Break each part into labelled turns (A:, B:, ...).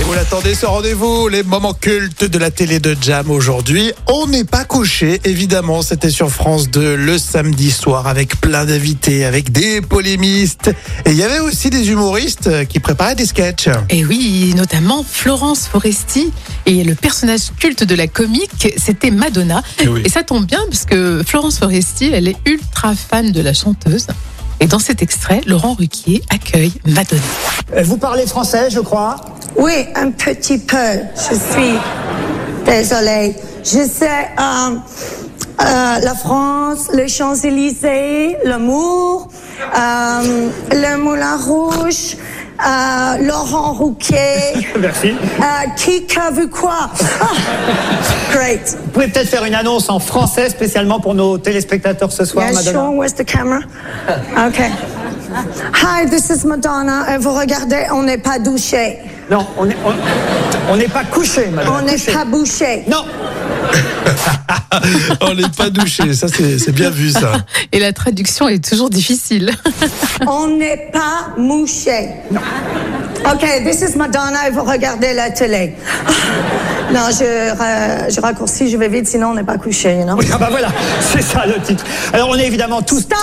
A: Et vous l'attendez ce rendez-vous, les moments cultes de la télé de Jam aujourd'hui. On n'est pas couché, évidemment, c'était sur France 2 le samedi soir avec plein d'invités, avec des polémistes. Et il y avait aussi des humoristes qui préparaient des sketchs.
B: Et oui, notamment Florence Foresti et le personnage culte de la comique, c'était Madonna.
A: Eh oui.
B: Et ça tombe bien parce que Florence Foresti, elle est ultra fan de la chanteuse. Et dans cet extrait, Laurent Ruquier accueille Madonna.
C: Euh, Vous parlez français, je crois
D: Oui, un petit peu. Je suis désolée. Je sais euh, euh, la France, les Champs-Élysées, l'amour, euh, le Moulin Rouge, euh, Laurent Rouquet.
C: Merci.
D: Euh, qui a vu quoi Ah, Great.
C: Vous pouvez peut-être faire une annonce en français spécialement pour nos téléspectateurs ce soir,
D: Yes,
C: Madonna.
D: sure. Where's the camera? Okay. Hi, this is Madonna. Et vous regardez, on n'est pas douché.
C: Non, on n'est on, on n'est pas couché, Madonna.
D: On n'est
C: couché.
D: pas bouché.
C: Non,
A: On n'est pas douché, ça c'est c'est bien vu ça.
B: Et la traduction est toujours difficile.
D: On n'est pas mouché. Ok, this is Madonna et vous regardez la télé. non, je, ra- je raccourcis, je vais vite, sinon on n'est pas couché, you know.
C: ah bah voilà, c'est ça le titre. Alors on est évidemment tous.
D: Stop!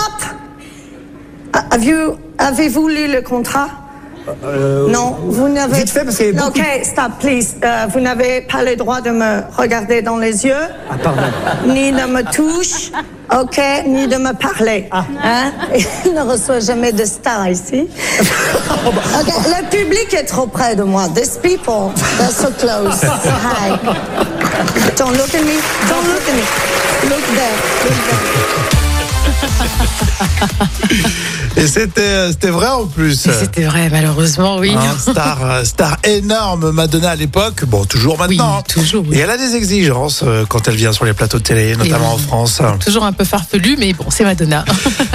D: A- have you- Avez-vous lu le contrat? non, vous n'avez.
C: Euh, vite fait, parce qu'il y avait
D: Ok, stop, please. Euh, vous n'avez pas le droit de me regarder dans les yeux,
C: Ah, pardon.
D: ni de me toucher, ok, ni de me parler. Hein? Il ne reçoit jamais de star ici. Ok, le public est trop près de moi. These people, they're so close. Hi. Don't look at me. Don't look at me. Look there. Look there.
A: Et c'était euh, c'était vrai en plus.
B: Et C'était vrai, malheureusement, oui.
A: Hein, star, euh, star énorme Madonna à l'époque, bon toujours maintenant. hein.
B: toujours, oui.
A: Et elle a des exigences euh, quand elle vient sur les plateaux de télé, notamment en
B: oui.
A: France.
B: Toujours un peu farfelu, mais bon, c'est Madonna.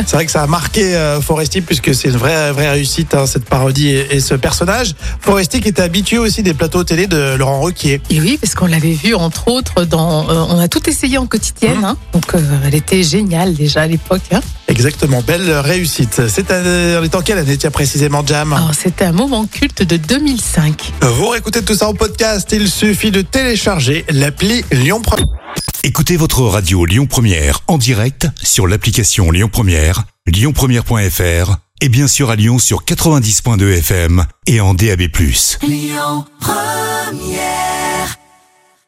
A: C'est vrai que ça a marqué euh, Foresti puisque c'est une vraie, vraie réussite hein, cette parodie et, et ce personnage. Foresti qui était habitué aussi des plateaux télé de Laurent Requier.
B: Et oui, parce qu'on l'avait vu entre autres dans. euh, on a tout essayé en quotidienne, hein. donc euh, elle était géniale déjà à l'époque. hein.
A: Exactement, belle réussite. C'est euh, on est en quelle année tiens précisément Jam
B: Alors, C'était un moment culte de 2005.
A: Vous réécoutez tout ça en podcast, il suffit de télécharger l'appli Lyon Pro.
E: Écoutez votre radio Lyon Première en direct sur l'application Lyon Première, lyonpremière.fr et bien sûr à Lyon sur 90.2 FM et en DAB+.